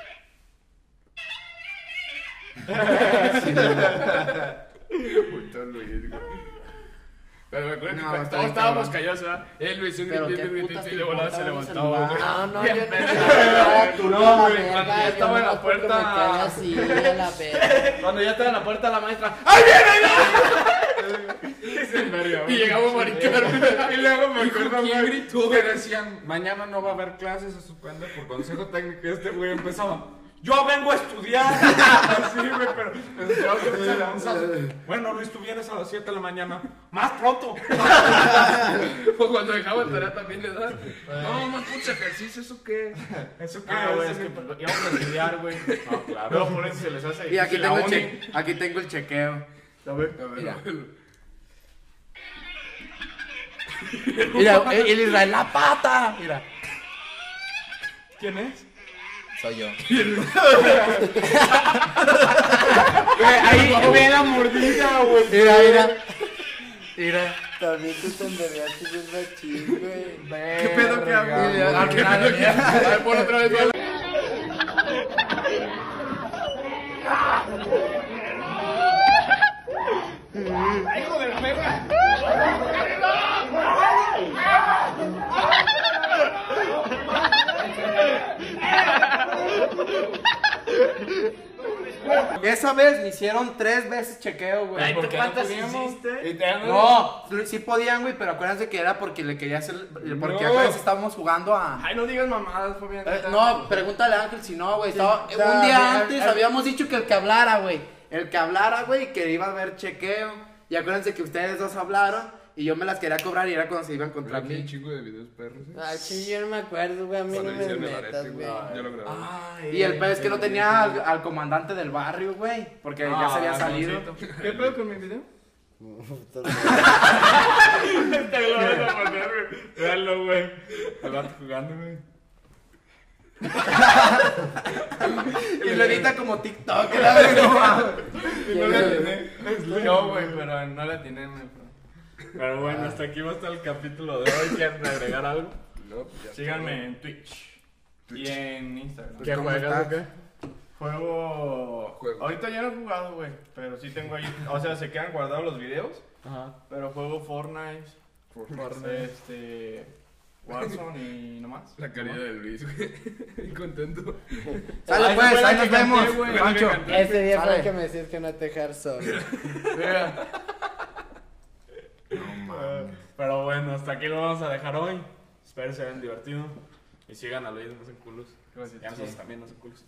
Speaker 3: Puto Luis, güey. Pero me acuerdo
Speaker 2: No,
Speaker 3: que
Speaker 2: está
Speaker 3: todos
Speaker 2: bien,
Speaker 3: estábamos
Speaker 2: cabrón.
Speaker 3: callos, ¿verdad?
Speaker 1: Eh,
Speaker 3: Él Luis, un
Speaker 4: Pero
Speaker 3: gritito,
Speaker 4: qué
Speaker 3: un
Speaker 4: putas
Speaker 3: gritito y
Speaker 4: te
Speaker 3: de volada se
Speaker 4: importa,
Speaker 3: levantó, güey.
Speaker 4: No, no,
Speaker 3: Bien
Speaker 4: yo no.
Speaker 3: pedo.
Speaker 4: no, güey.
Speaker 1: cuando ya estaba en la puerta.
Speaker 4: así, a la verga.
Speaker 7: Cuando ya estaba en la puerta la maestra.
Speaker 3: Y llegamos a maricar. Y luego me acuerdo,
Speaker 1: ¿Quién
Speaker 3: güey.
Speaker 1: gritó? Que decían, mañana no va a haber clases, se suspende por consejo técnico. Y este güey empezaba, yo vengo a estudiar. Así, güey, pero pues, desde la otra vez se lanzaba. Bueno, Luis, tú vienes a las 7 de la mañana. Más pronto.
Speaker 3: O cuando dejaba tarea también le da. No, más pucha ejercicio, ¿eso qué?
Speaker 1: Eso que
Speaker 7: Ah, güey,
Speaker 1: es
Speaker 7: es que
Speaker 1: mi-
Speaker 7: pues, íbamos a estudiar, güey. No, claro. Pero por eso se les hace.
Speaker 2: Y aquí
Speaker 7: difícil la
Speaker 2: tengo, el
Speaker 7: uni.
Speaker 2: che- aquí tengo el chequeo.
Speaker 7: A ver.
Speaker 3: A ver,
Speaker 2: Mira.
Speaker 3: güey.
Speaker 2: Mira, el, el Israel, la pata. Mira.
Speaker 1: ¿Quién es?
Speaker 2: Soy yo.
Speaker 8: Ahí ve la mordida, güey.
Speaker 2: Mira, mira. Mira.
Speaker 4: También tú te endereaste bien machín, güey.
Speaker 7: ¿Qué pedo que hago?
Speaker 3: Ah, ¿qué pedo que- A ver, pon otra vez, güey.
Speaker 2: Esa vez me hicieron tres veces chequeo, güey.
Speaker 7: ¿Por qué no
Speaker 4: ¿Cuántas
Speaker 7: pudimos?
Speaker 4: hiciste?
Speaker 7: Y te-
Speaker 2: No, sí podían, güey, pero acuérdense que era porque le quería hacer. Porque acuérdense estábamos jugando a.
Speaker 7: Ay, no digas mamadas, Fabián.
Speaker 2: Eh, no, pregúntale a Ángel si no, güey. estaba-
Speaker 4: Sí.
Speaker 2: un día
Speaker 4: Ah,
Speaker 2: antes
Speaker 4: ah,
Speaker 2: habíamos dicho que el que hablara, güey. El que hablara, güey, que iba a haber chequeo. Y acuérdense que ustedes dos hablaron y yo me las quería cobrar y era cuando se iban contra
Speaker 3: Aquí un
Speaker 2: mí.
Speaker 3: chingo de videos perros. ¿eh?
Speaker 4: Ay, sí, yo no me acuerdo, güey. A mí no
Speaker 3: Cuando
Speaker 4: me
Speaker 3: hicieron el arete,
Speaker 4: metas,
Speaker 3: güey.
Speaker 4: güey.
Speaker 3: Yo lo grabé.
Speaker 1: Ah.
Speaker 2: Y el peor es que no tenía al, al comandante del barrio, güey, porque
Speaker 1: Ah,
Speaker 2: ya se había
Speaker 7: Ah,
Speaker 2: salido.
Speaker 7: ¿Qué pedo con mi video?
Speaker 1: Te lo vas a poner, güey. Véanlo, güey. El vato jugando, güey.
Speaker 2: Y lo edita como TikTok, la verdad.
Speaker 7: No la tiene. Yo, güey, pero no la tiene, güey.
Speaker 1: Pero bueno, hasta aquí va a estar el capítulo de hoy. ¿Quieren agregar algo?
Speaker 3: No, pues ya.
Speaker 7: Síganme en Twitch. Y en Instagram.
Speaker 8: ¿Qué juegas o qué?
Speaker 7: Juego...
Speaker 3: Juego.
Speaker 7: Ahorita ya no he jugado, güey. Pero sí tengo ahí. O sea, se quedan guardados los videos.
Speaker 8: Ajá.
Speaker 7: Pero juego Fortnite.
Speaker 3: Fortnite.
Speaker 7: Este. Warzone y nomás.
Speaker 3: La carilla de Luis, güey. Contento.
Speaker 2: Sale pues, ahí nos vemos,
Speaker 7: güey.
Speaker 2: Pancho.
Speaker 4: Ese día fue
Speaker 2: Sale.
Speaker 4: el que me decías que no te dejar solo.
Speaker 1: Pero bueno, hasta aquí lo vamos a dejar hoy. Espero se hayan divertido. Y sigan a Luis, no sean culos.
Speaker 7: Gracias.
Speaker 1: Y a nosotros también, no sean culos.